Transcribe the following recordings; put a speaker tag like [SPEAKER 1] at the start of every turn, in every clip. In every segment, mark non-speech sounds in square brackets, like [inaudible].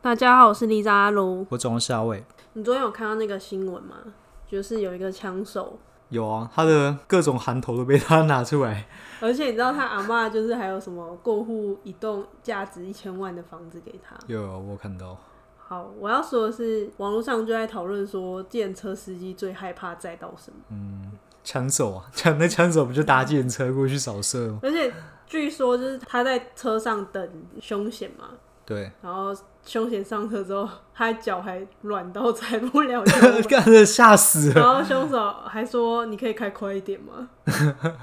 [SPEAKER 1] 大家好，我是里长阿卢。
[SPEAKER 2] 我总是下位。
[SPEAKER 1] 你昨天有看到那个新闻吗？就是有一个枪手，
[SPEAKER 2] 有啊，他的各种行头都被他拿出来。
[SPEAKER 1] 而且你知道他阿嬷就是还有什么过户一栋价值一千万的房子给他。
[SPEAKER 2] 有啊有，我有看到。
[SPEAKER 1] 好，我要说的是，网络上就在讨论说，电车司机最害怕载到什么？
[SPEAKER 2] 枪手啊，抢那枪手不就搭建车过去扫射吗？
[SPEAKER 1] 而且据说就是他在车上等凶险嘛，
[SPEAKER 2] 对，
[SPEAKER 1] 然后凶险上车之后，他脚还软到踩不了油
[SPEAKER 2] [laughs]
[SPEAKER 1] 门
[SPEAKER 2] [laughs] 干的吓死了。
[SPEAKER 1] 然后凶手还说：“你可以开快一点吗？”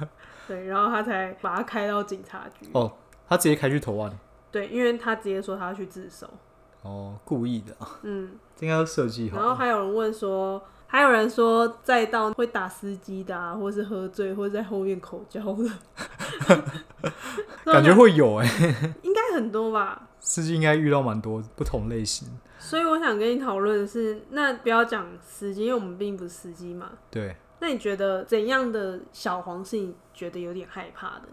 [SPEAKER 1] [laughs] 对，然后他才把他开到警察局。
[SPEAKER 2] 哦，他直接开去投案。
[SPEAKER 1] 对，因为他直接说他要去自首。
[SPEAKER 2] 哦，故意的啊，
[SPEAKER 1] 嗯，
[SPEAKER 2] 这应该要设计
[SPEAKER 1] 然
[SPEAKER 2] 好。
[SPEAKER 1] 后还有人问说，还有人说载到会打司机的、啊，或是喝醉，或是在后面口交的， [laughs]
[SPEAKER 2] 感觉会有哎、
[SPEAKER 1] 应该很多吧。
[SPEAKER 2] 司机应该遇到蛮多不同类型。
[SPEAKER 1] 所以我想跟你讨论的是，那不要讲司机，因为我们并不是司机嘛。
[SPEAKER 2] 对，
[SPEAKER 1] 那你觉得怎样的小黄是你觉得有点害怕的？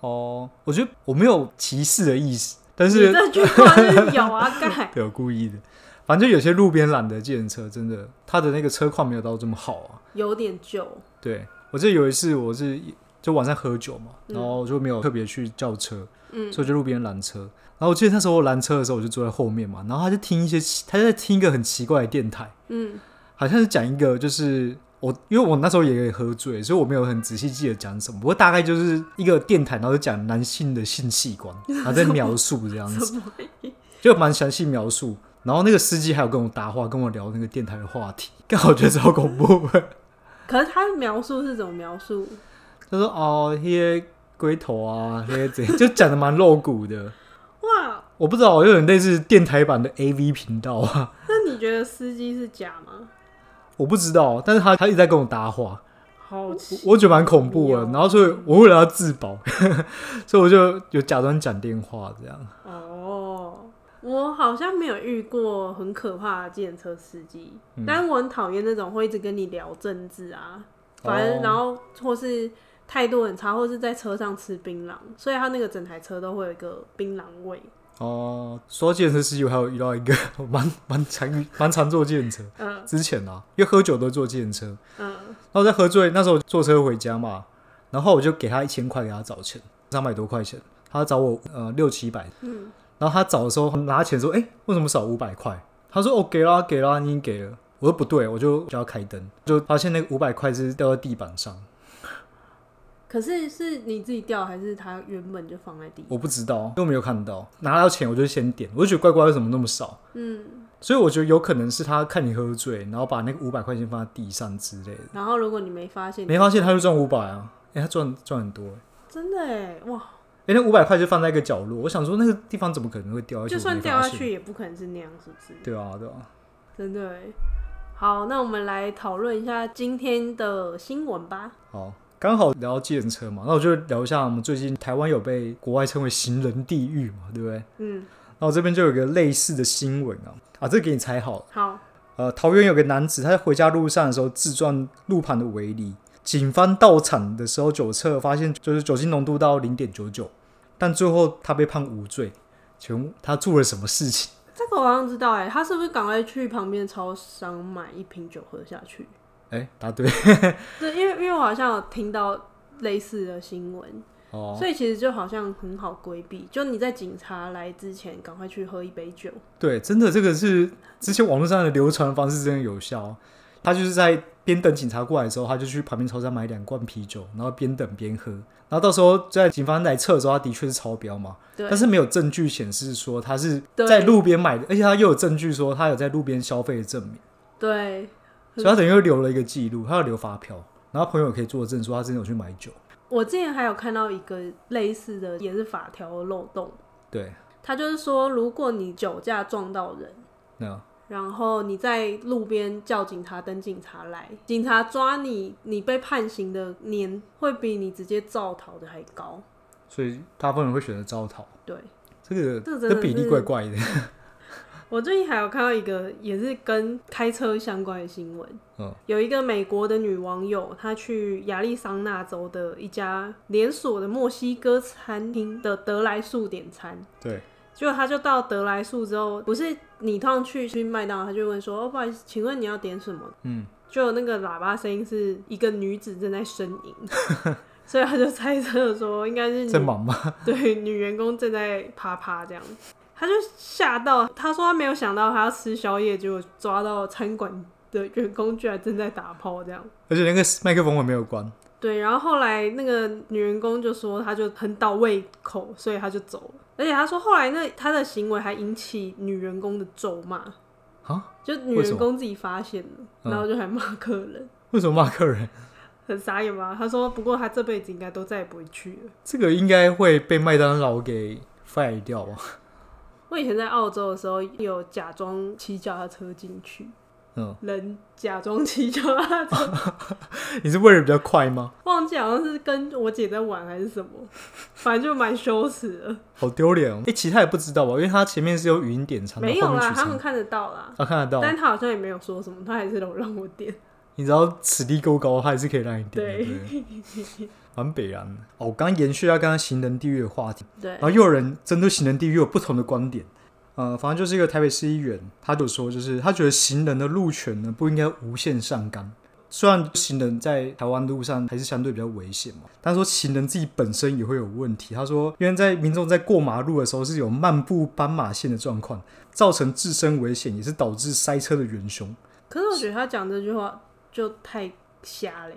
[SPEAKER 2] 哦，我觉得我没有歧视的意思，但
[SPEAKER 1] 你
[SPEAKER 2] 是
[SPEAKER 1] 这句话就是有啊，盖。
[SPEAKER 2] 对，有故意的。反正有些路边拦的计程车，真的，他的那个车况没有到这么好啊。
[SPEAKER 1] 有点旧，
[SPEAKER 2] 对我记得有一次我是就晚上喝酒嘛，然后就没有特别去叫车，
[SPEAKER 1] 嗯
[SPEAKER 2] 所以我就路边拦车。然后我记得那时候我拦车的时候，我就坐在后面嘛，然后他就听一些奇，他就在听一个很奇怪的电台，
[SPEAKER 1] 嗯，
[SPEAKER 2] 好像是讲一个就是。我因为我那时候也喝醉，所以我没有很仔细记得讲什么。不过大概就是一个电台，然后就讲男性的性器官，然后在描述这样
[SPEAKER 1] [laughs]
[SPEAKER 2] 子。
[SPEAKER 1] 什么意思？
[SPEAKER 2] 就蛮详细描述。然后那个司机还有跟我搭话，跟我聊那个电台的话题，刚好觉得超恐怖。
[SPEAKER 1] 可是他描述是怎么描述？
[SPEAKER 2] 他说：“哦，那些龟头啊，那些怎样，就讲的蛮露骨的。 [laughs]
[SPEAKER 1] 哇，
[SPEAKER 2] 我不知道，有点类似电台版的 AV 频道啊， [laughs]
[SPEAKER 1] 那你觉得司机是假吗？
[SPEAKER 2] 我不知道。但是他他一直在跟我搭话，
[SPEAKER 1] 好奇，
[SPEAKER 2] 我觉得蛮恐怖的。然后所以，我为了要自保， [laughs] 所以我就有假装讲电话这样。
[SPEAKER 1] 哦，我好像没有遇过很可怕的电车司机，
[SPEAKER 2] 嗯
[SPEAKER 1] 但我很讨厌那种会一直跟你聊政治啊，反正
[SPEAKER 2] 哦
[SPEAKER 1] 然后或是态度很差，或是在车上吃槟榔，所以他那个整台车都会有一个槟榔味。
[SPEAKER 2] 哦，说到计程车司机，我还有遇到一个 [laughs] 我蛮蛮常蛮常坐计程车。
[SPEAKER 1] 嗯
[SPEAKER 2] 之前啊，因为喝酒都坐计程车，
[SPEAKER 1] 嗯，
[SPEAKER 2] 然后在喝醉，那时候坐车回家嘛，然后我就给他一千块给他找钱，三百多块钱，他找我呃六七百，
[SPEAKER 1] 嗯，
[SPEAKER 2] 然后他找的时候拿钱说，哎、为什么少五百块？他说，哦，给啦给啦，你已经给了。我说不对，我就就要开灯，就发现那个五百块是掉在地板上，
[SPEAKER 1] 可是是你自己掉还是他原本就放在地？
[SPEAKER 2] 我不知道，因为我没有看到。拿到钱我就先点，我就觉得怪怪，为什么那么少？
[SPEAKER 1] 嗯，
[SPEAKER 2] 所以我觉得有可能是他看你喝醉，然后把那个五百块钱放在地上之类的，
[SPEAKER 1] 然后如果你没发现，
[SPEAKER 2] 没发现他就赚五百啊，哎、他赚赚很多、欸。
[SPEAKER 1] 真的哎，哇，
[SPEAKER 2] 哎、那五百块就放在一个角落，我想说那个地方怎么可能会掉下去？
[SPEAKER 1] 就算
[SPEAKER 2] 我没
[SPEAKER 1] 掉
[SPEAKER 2] 发
[SPEAKER 1] 下
[SPEAKER 2] 现，
[SPEAKER 1] 去也不可能是那样，是不是？
[SPEAKER 2] 对啊，对啊，
[SPEAKER 1] 真的欸。好，那我们来讨论一下今天的新闻吧。
[SPEAKER 2] 好，刚好聊到计程车嘛，那我就聊一下我们最近台湾有被国外称为“行人地狱”嘛，对不对？
[SPEAKER 1] 嗯，
[SPEAKER 2] 那我这边就有一个类似的新闻啊，啊，这个给你猜好了。
[SPEAKER 1] 好，
[SPEAKER 2] 呃，桃园有个男子他在回家路上的时候自撞路旁的围篱，警方到场的时候酒测发现就是酒精浓度到零点九九，但最后他被判无罪。请问他做了什么事情？ [laughs]
[SPEAKER 1] 这个我好像知道哎，他是不是赶快去旁边超商买一瓶酒喝下去？
[SPEAKER 2] 哎、答对
[SPEAKER 1] 对，因为因为我好像有听到类似的新闻，
[SPEAKER 2] 哦，
[SPEAKER 1] 所以其实就好像很好规避，就你在警察来之前赶快去喝一杯酒。
[SPEAKER 2] 对，真的这个是之前网络上的流传方式真的有效。哦他就是在边等警察过来的时候，他就去旁边超市买两罐啤酒，然后边等边喝。然后到时候在警方来测的时候，他的确是超标嘛，
[SPEAKER 1] 对
[SPEAKER 2] 但，是没有证据显示说他是
[SPEAKER 1] 对
[SPEAKER 2] 在路边买的，而且他又有证据说他有在路边消费的证明，
[SPEAKER 1] 对，
[SPEAKER 2] 所以他等于又留了一个记录，他要留发票，然后朋友也可以作证说他真的有去买酒。
[SPEAKER 1] 我之前还有看到一个类似的，也是法条的漏洞。
[SPEAKER 2] 对，
[SPEAKER 1] 他就是说，如果你酒驾撞到人，
[SPEAKER 2] 那
[SPEAKER 1] 然后你在路边叫警察，等警察来，警察抓你，你被判刑的年会比你直接造逃的还高。
[SPEAKER 2] 所以大部分人会选择招讨。
[SPEAKER 1] 对，
[SPEAKER 2] 这个
[SPEAKER 1] 这个真的
[SPEAKER 2] 这比例
[SPEAKER 1] 是
[SPEAKER 2] 怪怪的，
[SPEAKER 1] 我最近还有看到一个也是跟开车相关的新闻，
[SPEAKER 2] 嗯，
[SPEAKER 1] 有一个美国的女网友，她去亚利桑那州的一家连锁的墨西哥餐厅的德莱素点餐，
[SPEAKER 2] 对，
[SPEAKER 1] 结果她就到德莱素之后，不是你通常去去麦当劳，她就问说：“哦，不好意思，请问你要点什么？”
[SPEAKER 2] 嗯，
[SPEAKER 1] 就那个喇叭声音是一个女子正在呻
[SPEAKER 2] [laughs]
[SPEAKER 1] 吟，所以她就猜测说应该是女
[SPEAKER 2] 在忙吗？
[SPEAKER 1] 对，女员工正在啪啪这样，他就吓到，他说他没有想到他要吃宵夜，结果抓到餐馆的员工居然正在打炮这样。
[SPEAKER 2] 而且那个麦克风我没有关，
[SPEAKER 1] 对，然后后来那个女员工就说，她就很倒胃口，所以她就走了。而且她说后来那她的行为还引起女员工的咒骂，
[SPEAKER 2] 啊？
[SPEAKER 1] 就女
[SPEAKER 2] 为什
[SPEAKER 1] 员
[SPEAKER 2] 么
[SPEAKER 1] 工自己发现了，
[SPEAKER 2] 嗯
[SPEAKER 1] 然后就还骂客人，
[SPEAKER 2] 为什么骂客人？
[SPEAKER 1] 很傻眼吧？她说不过她这辈子应该都再也不会去了。
[SPEAKER 2] 这个应该会被麦当劳给 fire 掉吧？
[SPEAKER 1] 我以前在澳洲的时候，有假装骑脚踏车进去，
[SPEAKER 2] 嗯，
[SPEAKER 1] 人假装骑脚踏车， [laughs]
[SPEAKER 2] 你是为了比较快吗？
[SPEAKER 1] 忘记好像是跟我姐在玩还是什么，反正就蛮羞耻的。
[SPEAKER 2] 好丢脸哦！哎、其他也不知道吧，因为他前面是有语音点餐，
[SPEAKER 1] 没
[SPEAKER 2] 然
[SPEAKER 1] 有
[SPEAKER 2] 后后
[SPEAKER 1] 啦，
[SPEAKER 2] 面取
[SPEAKER 1] 他
[SPEAKER 2] 餐
[SPEAKER 1] 们看得到啦，
[SPEAKER 2] 啊看得到，
[SPEAKER 1] 但他好像也没有说什么，他还是有让我点。
[SPEAKER 2] 你只要此地够高，他还是可以让你点的。
[SPEAKER 1] 对 [laughs]
[SPEAKER 2] 对不对，蛮北然的。哦，我刚刚延续到刚刚行人地狱的话题，
[SPEAKER 1] 对
[SPEAKER 2] 然，后又有人针对行人地狱有不同的观点。呃，反正就是一个台北市议员，他就说，就是他觉得行人的路权呢不应该无限上纲。虽然行人在台湾路上还是相对比较危险嘛，但是说行人自己本身也会有问题。他说，因为在民众在过马路的时候是有漫步斑马线的状况，造成自身危险，也是导致塞车的元凶。
[SPEAKER 1] 可是我觉得他讲这句话就太瞎了。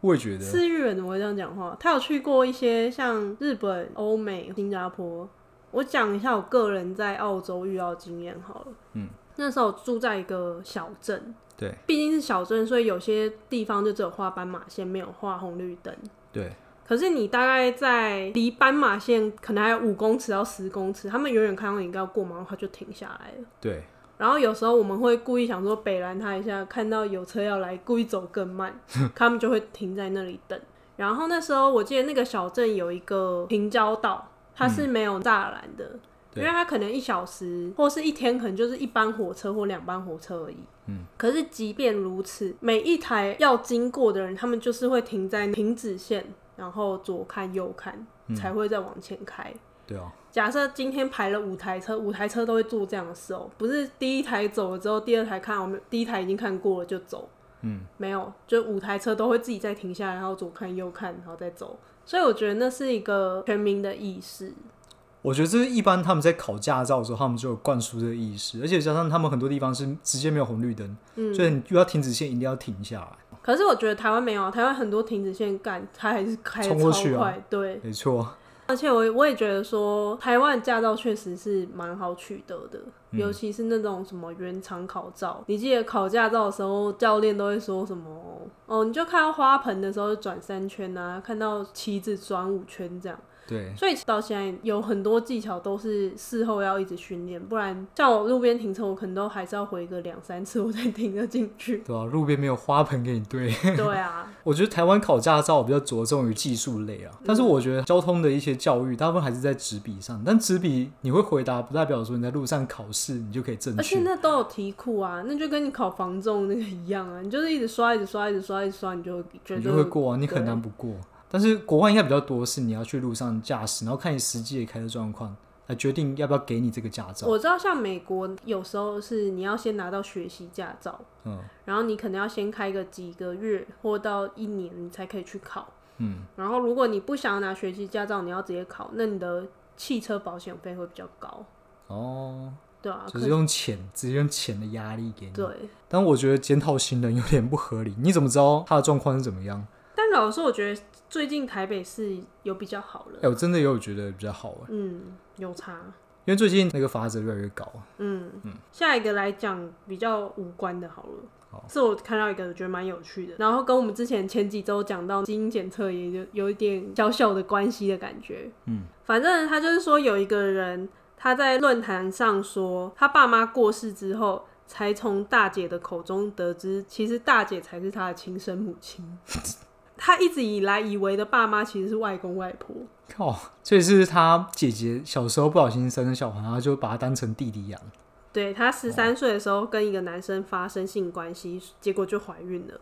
[SPEAKER 2] 我也觉得，
[SPEAKER 1] 是日本怎么会这样讲话？他有去过一些像日本、欧美、新加坡。我讲一下我个人在澳洲遇到的经验好了。
[SPEAKER 2] 嗯，
[SPEAKER 1] 那时候住在一个小镇，
[SPEAKER 2] 对
[SPEAKER 1] 毕竟是小镇，所以有些地方就只有画斑马线，没有画红绿灯。
[SPEAKER 2] 对，
[SPEAKER 1] 可是你大概在离斑马线可能还有五公尺到十公尺，他们远远看到你要过马路，他就停下来了。
[SPEAKER 2] 对，
[SPEAKER 1] 然后有时候我们会故意想说北拦他一下，看到有车要来，故意走更
[SPEAKER 2] [laughs]
[SPEAKER 1] 慢，他们就会停在那里等。然后那时候我记得那个小镇有一个平交道，它是没有栅栏的，因
[SPEAKER 2] 嗯对
[SPEAKER 1] 为它可能一小时或是一天可能就是一班火车或两班火车而已。
[SPEAKER 2] 嗯，
[SPEAKER 1] 可是即便如此，每一台要经过的人，他们就是会停在停止线，然后左看右看，
[SPEAKER 2] 嗯
[SPEAKER 1] 才会再往前开。
[SPEAKER 2] 对啊，
[SPEAKER 1] 假设今天排了五台车，五台车都会做这样的事哦、不是第一台走了之后，第二台看，我们第一台已经看过了就走，
[SPEAKER 2] 嗯，
[SPEAKER 1] 没有，就五台车都会自己再停下来，然后左看右看，然后再走。所以我觉得那是一个全民的意识，
[SPEAKER 2] 我觉得这是一般他们在考驾照的时候，他们就有灌输这个意识，而且加上他们很多地方是直接没有红绿灯，
[SPEAKER 1] 嗯
[SPEAKER 2] 所以你遇到停止线一定要停下来。
[SPEAKER 1] 可是我觉得台湾没有，台湾很多停止线干，它还是开
[SPEAKER 2] 冲
[SPEAKER 1] 得
[SPEAKER 2] 过
[SPEAKER 1] 超
[SPEAKER 2] 去啊
[SPEAKER 1] 快，对。
[SPEAKER 2] 没错，
[SPEAKER 1] 而且我我也觉得说，台湾的驾照确实是蛮好取得的，
[SPEAKER 2] 嗯
[SPEAKER 1] 尤其是那种什么原厂考照。你记得考驾照的时候，教练都会说什么？哦，你就看到花盆的时候就转三圈啊，看到旗子转五圈这样。
[SPEAKER 2] 对，。
[SPEAKER 1] 所以到现在有很多技巧都是事后要一直训练，不然像我路边停车，我可能都还是要回个两三次，我 [laughs] 才停得进去
[SPEAKER 2] 对啊，路边没有花盆给你堆。 [laughs]
[SPEAKER 1] 对啊，
[SPEAKER 2] 我觉得台湾考驾照比较着重于技术类啊，但是我觉得交通的一些教育，大部分还是在纸笔上。但纸笔你会回答，不代表说你在路上考试你就可以正
[SPEAKER 1] 而且
[SPEAKER 2] 确。
[SPEAKER 1] 那都有题库啊，那就跟你考房仲那个一样啊，你就是一直刷，一直刷，一直刷，一直刷，你就觉
[SPEAKER 2] 你
[SPEAKER 1] 得
[SPEAKER 2] 就会过啊，你很
[SPEAKER 1] 对
[SPEAKER 2] 难不过。但是国外应该比较多是你要去路上驾驶，然后看你实际的开车状况来决定要不要给你这个驾照。
[SPEAKER 1] 我知道，像美国有时候是你要先拿到学习驾照，
[SPEAKER 2] 嗯
[SPEAKER 1] 然后你可能要先开个几个月或到一年，你才可以去考。
[SPEAKER 2] 嗯。
[SPEAKER 1] 然后如果你不想要拿学习驾照，你要直接考，那你的汽车保险费会比较高，
[SPEAKER 2] 哦，
[SPEAKER 1] 对啊，
[SPEAKER 2] 就是用钱，直接用钱的压力给你。
[SPEAKER 1] 对。
[SPEAKER 2] 但我觉得检讨行人有点不合理，你怎么知道他的状况是怎么样？
[SPEAKER 1] 但老实说，我觉得最近台北市有比较好了
[SPEAKER 2] 哎、，我真的也有觉得比较好哎，
[SPEAKER 1] 嗯，有差。
[SPEAKER 2] 因为最近那个法则越来越高。啊
[SPEAKER 1] 嗯，下一个来讲比较无关的好了。是我看到一个我觉得蛮有趣的，然后跟我们之前前几周讲到基因检测也有有一点小小的关系的感觉。嗯，反正他就是说有一个人，他在论坛上说，他爸妈过世之后，才从大姐的口中得知，其实大姐才是他的亲生母 [laughs] 亲。他一直以来以为的爸妈其实是外公外婆。
[SPEAKER 2] 靠，所以是他姐姐小时候不小心生了小孩，他就把他当成弟弟养。
[SPEAKER 1] 对她十
[SPEAKER 2] 哦
[SPEAKER 1] 三岁的时候跟一个男生发生性关系，结果就怀孕了。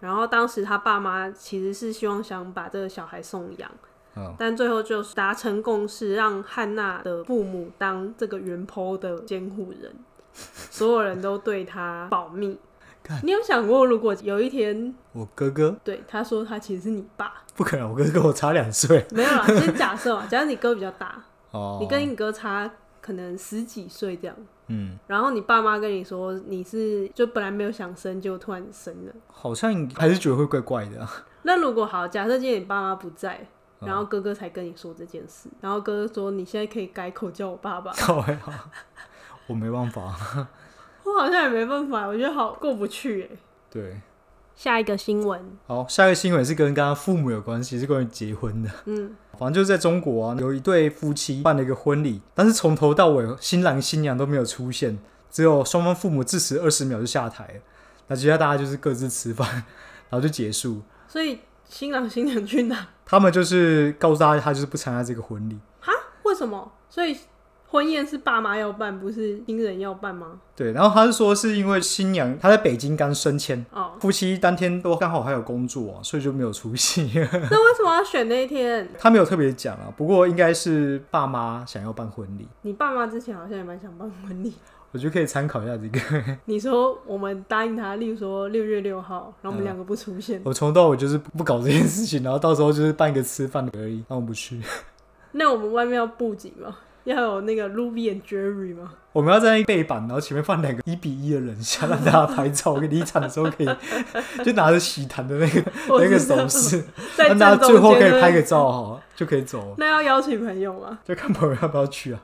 [SPEAKER 1] 然后当时她爸妈其实是希望想把这个小孩送养，
[SPEAKER 2] 嗯，
[SPEAKER 1] 但最后就是达成共识，让汉娜的父母当这个原 p 的监护人，所有人都对她保密
[SPEAKER 2] [laughs] 干。
[SPEAKER 1] 你有想过，如果有一天
[SPEAKER 2] 我哥哥
[SPEAKER 1] 对他说他其实是你爸，
[SPEAKER 2] 不可能，我哥哥跟我差两岁
[SPEAKER 1] 没有啦，先假设嘛，假设你哥比较大，
[SPEAKER 2] 哦。
[SPEAKER 1] 你跟你哥差可能十几岁这样，
[SPEAKER 2] 嗯，
[SPEAKER 1] 然后你爸妈跟你说你是就本来没有想生，就突然生了。
[SPEAKER 2] 好像还是觉得会怪怪的啊、
[SPEAKER 1] 那如果好，假设今天你爸妈不在，
[SPEAKER 2] 嗯
[SPEAKER 1] 然后哥哥才跟你说这件事，然后哥哥说你现在可以改口叫我爸爸，
[SPEAKER 2] 靠呀，我没办法。
[SPEAKER 1] 我好像也没办法，我觉得好过不去哎。
[SPEAKER 2] 对，
[SPEAKER 1] 下一个新闻，
[SPEAKER 2] 好，下一个新闻是跟刚刚父母有关系，是关于结婚的。
[SPEAKER 1] 嗯，
[SPEAKER 2] 反正就是在中国啊，有一对夫妻办了一个婚礼，但是从头到尾新郎新娘都没有出现，只有双方父母致辞二十秒就下台了，那接下来大家就是各自吃饭，然后就结束。
[SPEAKER 1] 所以新郎新娘去哪？ [laughs]
[SPEAKER 2] 他们就是告诉大家，他就是不参加这个婚礼。
[SPEAKER 1] 为什么？所以婚宴是爸妈要办，不是新人要办吗？
[SPEAKER 2] 对，然后他是说是因为新娘她在北京刚升迁，
[SPEAKER 1] 哦，
[SPEAKER 2] 夫妻当天都刚好还有工作、啊，所以就没有出席。
[SPEAKER 1] 那为什么要选那一天？
[SPEAKER 2] [laughs] 他没有特别讲啊，不过应该是爸妈想要办婚礼，
[SPEAKER 1] 你爸妈之前好像也蛮想办婚礼。
[SPEAKER 2] 我觉得可以参考一下这个。
[SPEAKER 1] 你说我们答应他，例如说六月六号，然后我
[SPEAKER 2] 嗯
[SPEAKER 1] 们两个不出现，
[SPEAKER 2] 我从头到尾就是不搞这件事情，然后到时候就是办一个吃饭的而已，那我不去。
[SPEAKER 1] 那我们外面要布景吗？要有那个 Ruby and Jerry 吗？
[SPEAKER 2] 我们要在那背板，然后前面放两个一比一的人像，让大家拍照。我跟离场的时候可以 [laughs] 就拿着喜糖的那个
[SPEAKER 1] 我
[SPEAKER 2] [laughs] 那个
[SPEAKER 1] 知道
[SPEAKER 2] 手势，
[SPEAKER 1] 在
[SPEAKER 2] 让大家
[SPEAKER 1] 正中
[SPEAKER 2] 最后可以
[SPEAKER 1] 间
[SPEAKER 2] 拍个照哈，就可以走了，
[SPEAKER 1] 那要邀请朋友吗？
[SPEAKER 2] 就看朋友要不要去啊。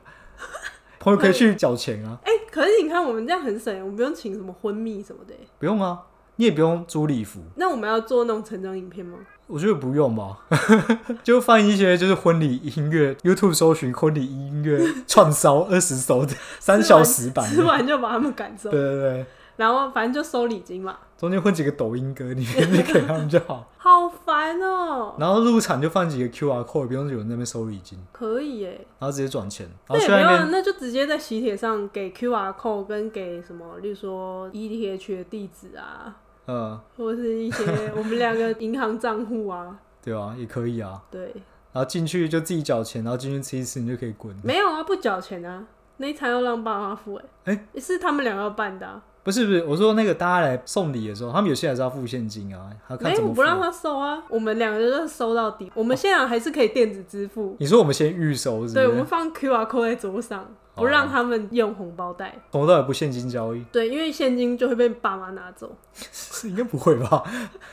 [SPEAKER 2] 朋友可以去缴钱啊，
[SPEAKER 1] 哎、可是你看我们这样很省，我们不用请什么婚蜜什么的。欸
[SPEAKER 2] 不用啊，你也不用租礼服，
[SPEAKER 1] 那我们要做那种成长影片吗？
[SPEAKER 2] 我觉得不用吧， [laughs] 就放一些就是婚礼音乐，YouTube 搜寻婚礼音乐串烧二十首的三小时版
[SPEAKER 1] 吃
[SPEAKER 2] 的，
[SPEAKER 1] 完就把他们赶走
[SPEAKER 2] 对，对对，
[SPEAKER 1] 然后反正就收礼金嘛。
[SPEAKER 2] 中间混几个抖音歌，你你给他们就
[SPEAKER 1] [laughs]
[SPEAKER 2] 好，
[SPEAKER 1] 好烦哦、
[SPEAKER 2] 然后入场就放几个 QR code，不用有人在那边收礼金，
[SPEAKER 1] 可以耶、
[SPEAKER 2] 然后直接转钱，
[SPEAKER 1] 那
[SPEAKER 2] 然后
[SPEAKER 1] 也
[SPEAKER 2] 去
[SPEAKER 1] 没有
[SPEAKER 2] 那
[SPEAKER 1] 啊，
[SPEAKER 2] 边
[SPEAKER 1] 那就直接在喜帖上给 QR code 跟给什么，例如说 ETH 的地址啊，
[SPEAKER 2] 嗯，
[SPEAKER 1] 或者是一
[SPEAKER 2] [laughs]
[SPEAKER 1] 些我们两个银行账户啊。
[SPEAKER 2] 对啊，也可以啊，
[SPEAKER 1] 对，
[SPEAKER 2] 然后进去就自己缴钱，然后进去吃一吃，你就可以滚，
[SPEAKER 1] 没有啊，不缴钱啊，那一餐要让爸妈付哎、是他们两个要办的啊、
[SPEAKER 2] 不是不是，我说那个大家来送礼的时候，他们有些还是要付现金啊，他看
[SPEAKER 1] 没有，
[SPEAKER 2] 怎么
[SPEAKER 1] 我不
[SPEAKER 2] 付
[SPEAKER 1] 让他收啊，我们两个就是收到底。我们现在还是可以电子支付，
[SPEAKER 2] 你说我们先预收是不
[SPEAKER 1] 对，
[SPEAKER 2] 啊是？哦
[SPEAKER 1] 我们放 QR code 在桌上，不让他们用红包袋。
[SPEAKER 2] 从头到尾不现金交易。 [laughs]
[SPEAKER 1] 对，因为现金就会被爸妈拿走。
[SPEAKER 2] 哦是应该不会吧？ [laughs]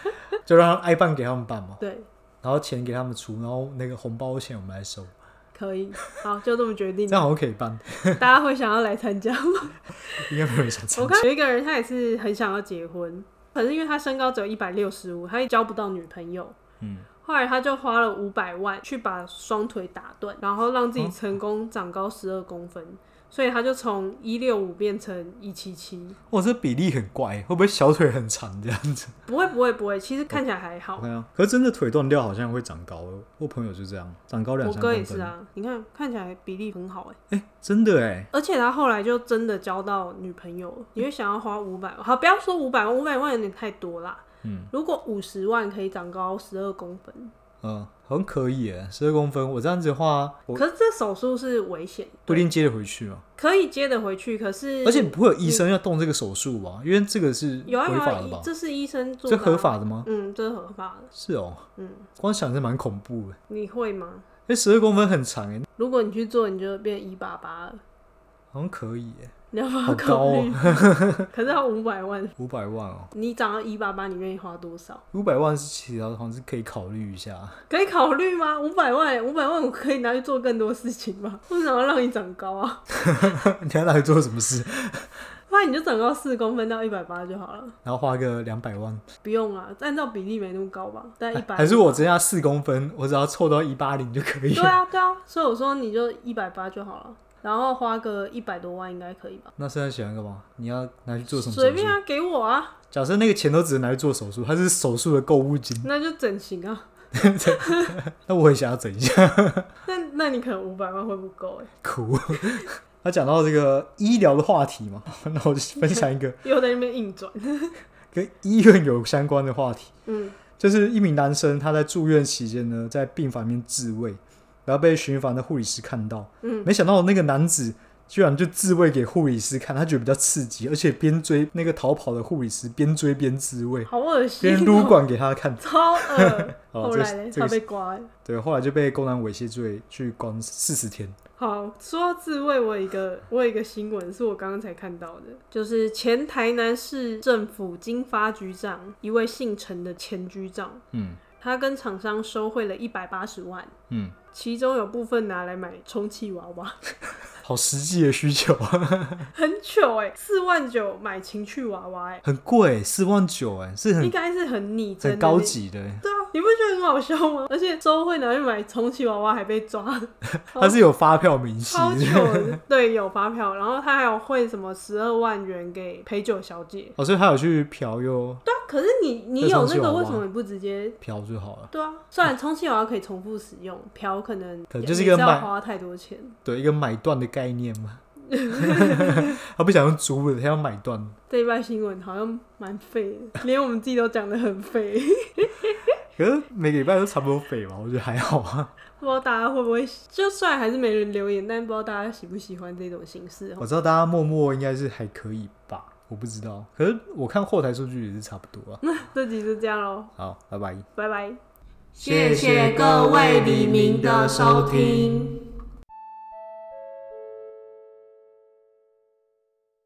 [SPEAKER 2] 就让爱办给他们办嘛，
[SPEAKER 1] 对，
[SPEAKER 2] 然后钱给他们出，然后那个红包钱我们来收，
[SPEAKER 1] 可以，好，就这么决定
[SPEAKER 2] 这。样好像可以办，
[SPEAKER 1] 大家会想要来参加吗？
[SPEAKER 2] [laughs] 应该没有人想参
[SPEAKER 1] 我
[SPEAKER 2] 加。
[SPEAKER 1] 看有一个人，他也是很想要结婚，可是因为他身高只有一百六十五，他也交不到女朋友。
[SPEAKER 2] 嗯，
[SPEAKER 1] 后来他就花了五百万去把双腿打断，然后让自
[SPEAKER 2] 哦
[SPEAKER 1] 己成功长高十二公分，所以他就从一六五变成一七七。
[SPEAKER 2] 哇，这比例很怪，会不会小腿很长这样子？
[SPEAKER 1] 不会不会不会，其实看起来还
[SPEAKER 2] 我
[SPEAKER 1] 好。
[SPEAKER 2] 看啊，可是真的腿断掉好像会长高哦，我朋友就这样，长高两
[SPEAKER 1] 我
[SPEAKER 2] 三
[SPEAKER 1] 哥也
[SPEAKER 2] 公
[SPEAKER 1] 是
[SPEAKER 2] 分。
[SPEAKER 1] 啊，你看看起来比例很好哎，
[SPEAKER 2] 哎、真的哎，
[SPEAKER 1] 而且他后来就真的交到女朋友了。你会想要花五百万？好，不要说五百万，五百万有点太多啦。
[SPEAKER 2] 嗯
[SPEAKER 1] 如果五十万可以长高十二公分，
[SPEAKER 2] 嗯，好像可以哎，十二公分，我这样子的话，我
[SPEAKER 1] 可是这手术是危险，
[SPEAKER 2] 不一定接得回去嘛。
[SPEAKER 1] 可以接得回去，可是
[SPEAKER 2] 而且不会有医生要动这个手术吧？因为这个是
[SPEAKER 1] 有啊
[SPEAKER 2] 违
[SPEAKER 1] 有
[SPEAKER 2] 法
[SPEAKER 1] 啊
[SPEAKER 2] 的吧，？
[SPEAKER 1] 这是医生做
[SPEAKER 2] 这
[SPEAKER 1] 的、啊
[SPEAKER 2] 合？法的吗？
[SPEAKER 1] 嗯，这是合法的。
[SPEAKER 2] 是哦，
[SPEAKER 1] 嗯，
[SPEAKER 2] 光想是蛮恐怖的。
[SPEAKER 1] 你会吗？
[SPEAKER 2] 哎，十二公分很长哎，
[SPEAKER 1] 如果你去做，你就变一八八了。
[SPEAKER 2] 好像可以耶，
[SPEAKER 1] 你要不要
[SPEAKER 2] 好高
[SPEAKER 1] 考
[SPEAKER 2] 哦
[SPEAKER 1] 虑？ [laughs] 可是要五百万，
[SPEAKER 2] 五百万哦，
[SPEAKER 1] 你长到一八八，你愿意花多少？
[SPEAKER 2] 五百万是其实好像是可以考虑一下， [laughs]
[SPEAKER 1] 可以考虑吗？五百万，五百万，我可以拿去做更多事情吗？为什么要让你长高啊？
[SPEAKER 2] 你要拿来做什么事，
[SPEAKER 1] 不然你就长高四公分到一百八就好了。
[SPEAKER 2] 然后花个两百万，
[SPEAKER 1] 不用啊，按照比例没那么高吧？但一百
[SPEAKER 2] 还是我只要四公分，我只要凑到一八零就可以
[SPEAKER 1] 对啊
[SPEAKER 2] 了。
[SPEAKER 1] 啊，对啊，所以我说你就一百八就好了。然后花个一百多万应该可以吧？
[SPEAKER 2] 那现在想要干嘛？你要拿去做什么手
[SPEAKER 1] 随便
[SPEAKER 2] 术？
[SPEAKER 1] 啊，给我啊，
[SPEAKER 2] 假设那个钱都只能拿去做手术，它是手术的购
[SPEAKER 1] [laughs]
[SPEAKER 2] 物金，
[SPEAKER 1] 那就整形啊。 [laughs]
[SPEAKER 2] 那我也想要整一下， [laughs]
[SPEAKER 1] 那那你可能五百万会不够哎、
[SPEAKER 2] 哭。他讲到这个医疗的话题嘛， [laughs] 那我就分享一个
[SPEAKER 1] 又在那边硬转。
[SPEAKER 2] 跟医院有相关的话题。
[SPEAKER 1] 嗯，
[SPEAKER 2] 就是一名男生，他在住院期间呢，在病房里面自慰，然后被巡房的护理师看到。
[SPEAKER 1] 嗯，
[SPEAKER 2] 没想到那个男子居然就自慰给护理师看，他觉得比较刺激，而且边追那个逃跑的护理师，边追边自
[SPEAKER 1] [laughs]
[SPEAKER 2] 慰，
[SPEAKER 1] 好恶心、
[SPEAKER 2] 边撸
[SPEAKER 1] 哦，
[SPEAKER 2] 管给他看。
[SPEAKER 1] [laughs] 超恶。
[SPEAKER 2] 哦
[SPEAKER 1] 后
[SPEAKER 2] 这
[SPEAKER 1] 来
[SPEAKER 2] 是
[SPEAKER 1] 呢，
[SPEAKER 2] 这个
[SPEAKER 1] 他
[SPEAKER 2] 是
[SPEAKER 1] 被刮、欸。
[SPEAKER 2] 对，后来就被公然猥亵罪去关四十天。
[SPEAKER 1] 好，说到自慰，我有一个我有一个新闻是我刚刚才看到的，就是前台南市政府经发局长一位姓陈的前局长，
[SPEAKER 2] 嗯
[SPEAKER 1] 他跟厂商收贿了一百八十万，
[SPEAKER 2] 嗯，
[SPEAKER 1] 其中有部分拿来买充气娃娃， [laughs]
[SPEAKER 2] 好实际的需求啊，
[SPEAKER 1] 很糗哎、欸，四万九买情趣娃娃哎、
[SPEAKER 2] 很贵，四万九哎，是
[SPEAKER 1] 应
[SPEAKER 2] 很
[SPEAKER 1] 该是很拟真的
[SPEAKER 2] 很
[SPEAKER 1] 那
[SPEAKER 2] 高级的欸。
[SPEAKER 1] 对啊，你不觉得很好笑吗？ [laughs] 而且周慧拿去买充气娃娃还被抓，
[SPEAKER 2] 他 [laughs] 是有发票明细
[SPEAKER 1] 超糗的。对，有发票，然后他还有汇什么十二万元给陪酒小姐。
[SPEAKER 2] 哦，所以他有去嫖哟，
[SPEAKER 1] 对啊，可是你你
[SPEAKER 2] 那
[SPEAKER 1] 有
[SPEAKER 2] 充
[SPEAKER 1] 那
[SPEAKER 2] 气娃
[SPEAKER 1] 个，
[SPEAKER 2] 娃
[SPEAKER 1] 为什么你不直接？
[SPEAKER 2] 嫖就好了。
[SPEAKER 1] 对啊，虽然充气娃娃可以重复使用，嫖可能
[SPEAKER 2] 可能
[SPEAKER 1] 也
[SPEAKER 2] 就是一
[SPEAKER 1] 也
[SPEAKER 2] 个
[SPEAKER 1] 是要
[SPEAKER 2] 卖
[SPEAKER 1] 花太多钱。
[SPEAKER 2] 对一个买断的概念嘛。 [laughs] 他不想用租的，他要买断。
[SPEAKER 1] 这一拜新闻好像蛮废的，连我们自己都讲得很废， [laughs]
[SPEAKER 2] 可是每个礼拜都差不多废吧，我觉得还好啊。
[SPEAKER 1] 不知道大家会不会，就算还是没人留言，但不知道大家喜不喜欢这种形式哦。 [laughs]
[SPEAKER 2] 我知道大家默默应该是还可以吧，我不知道。可是我看后台数据也是差不多啊。
[SPEAKER 1] 这集就这样喽，
[SPEAKER 2] 好，拜拜。
[SPEAKER 1] 拜拜。
[SPEAKER 2] 谢谢各位黎明的收听。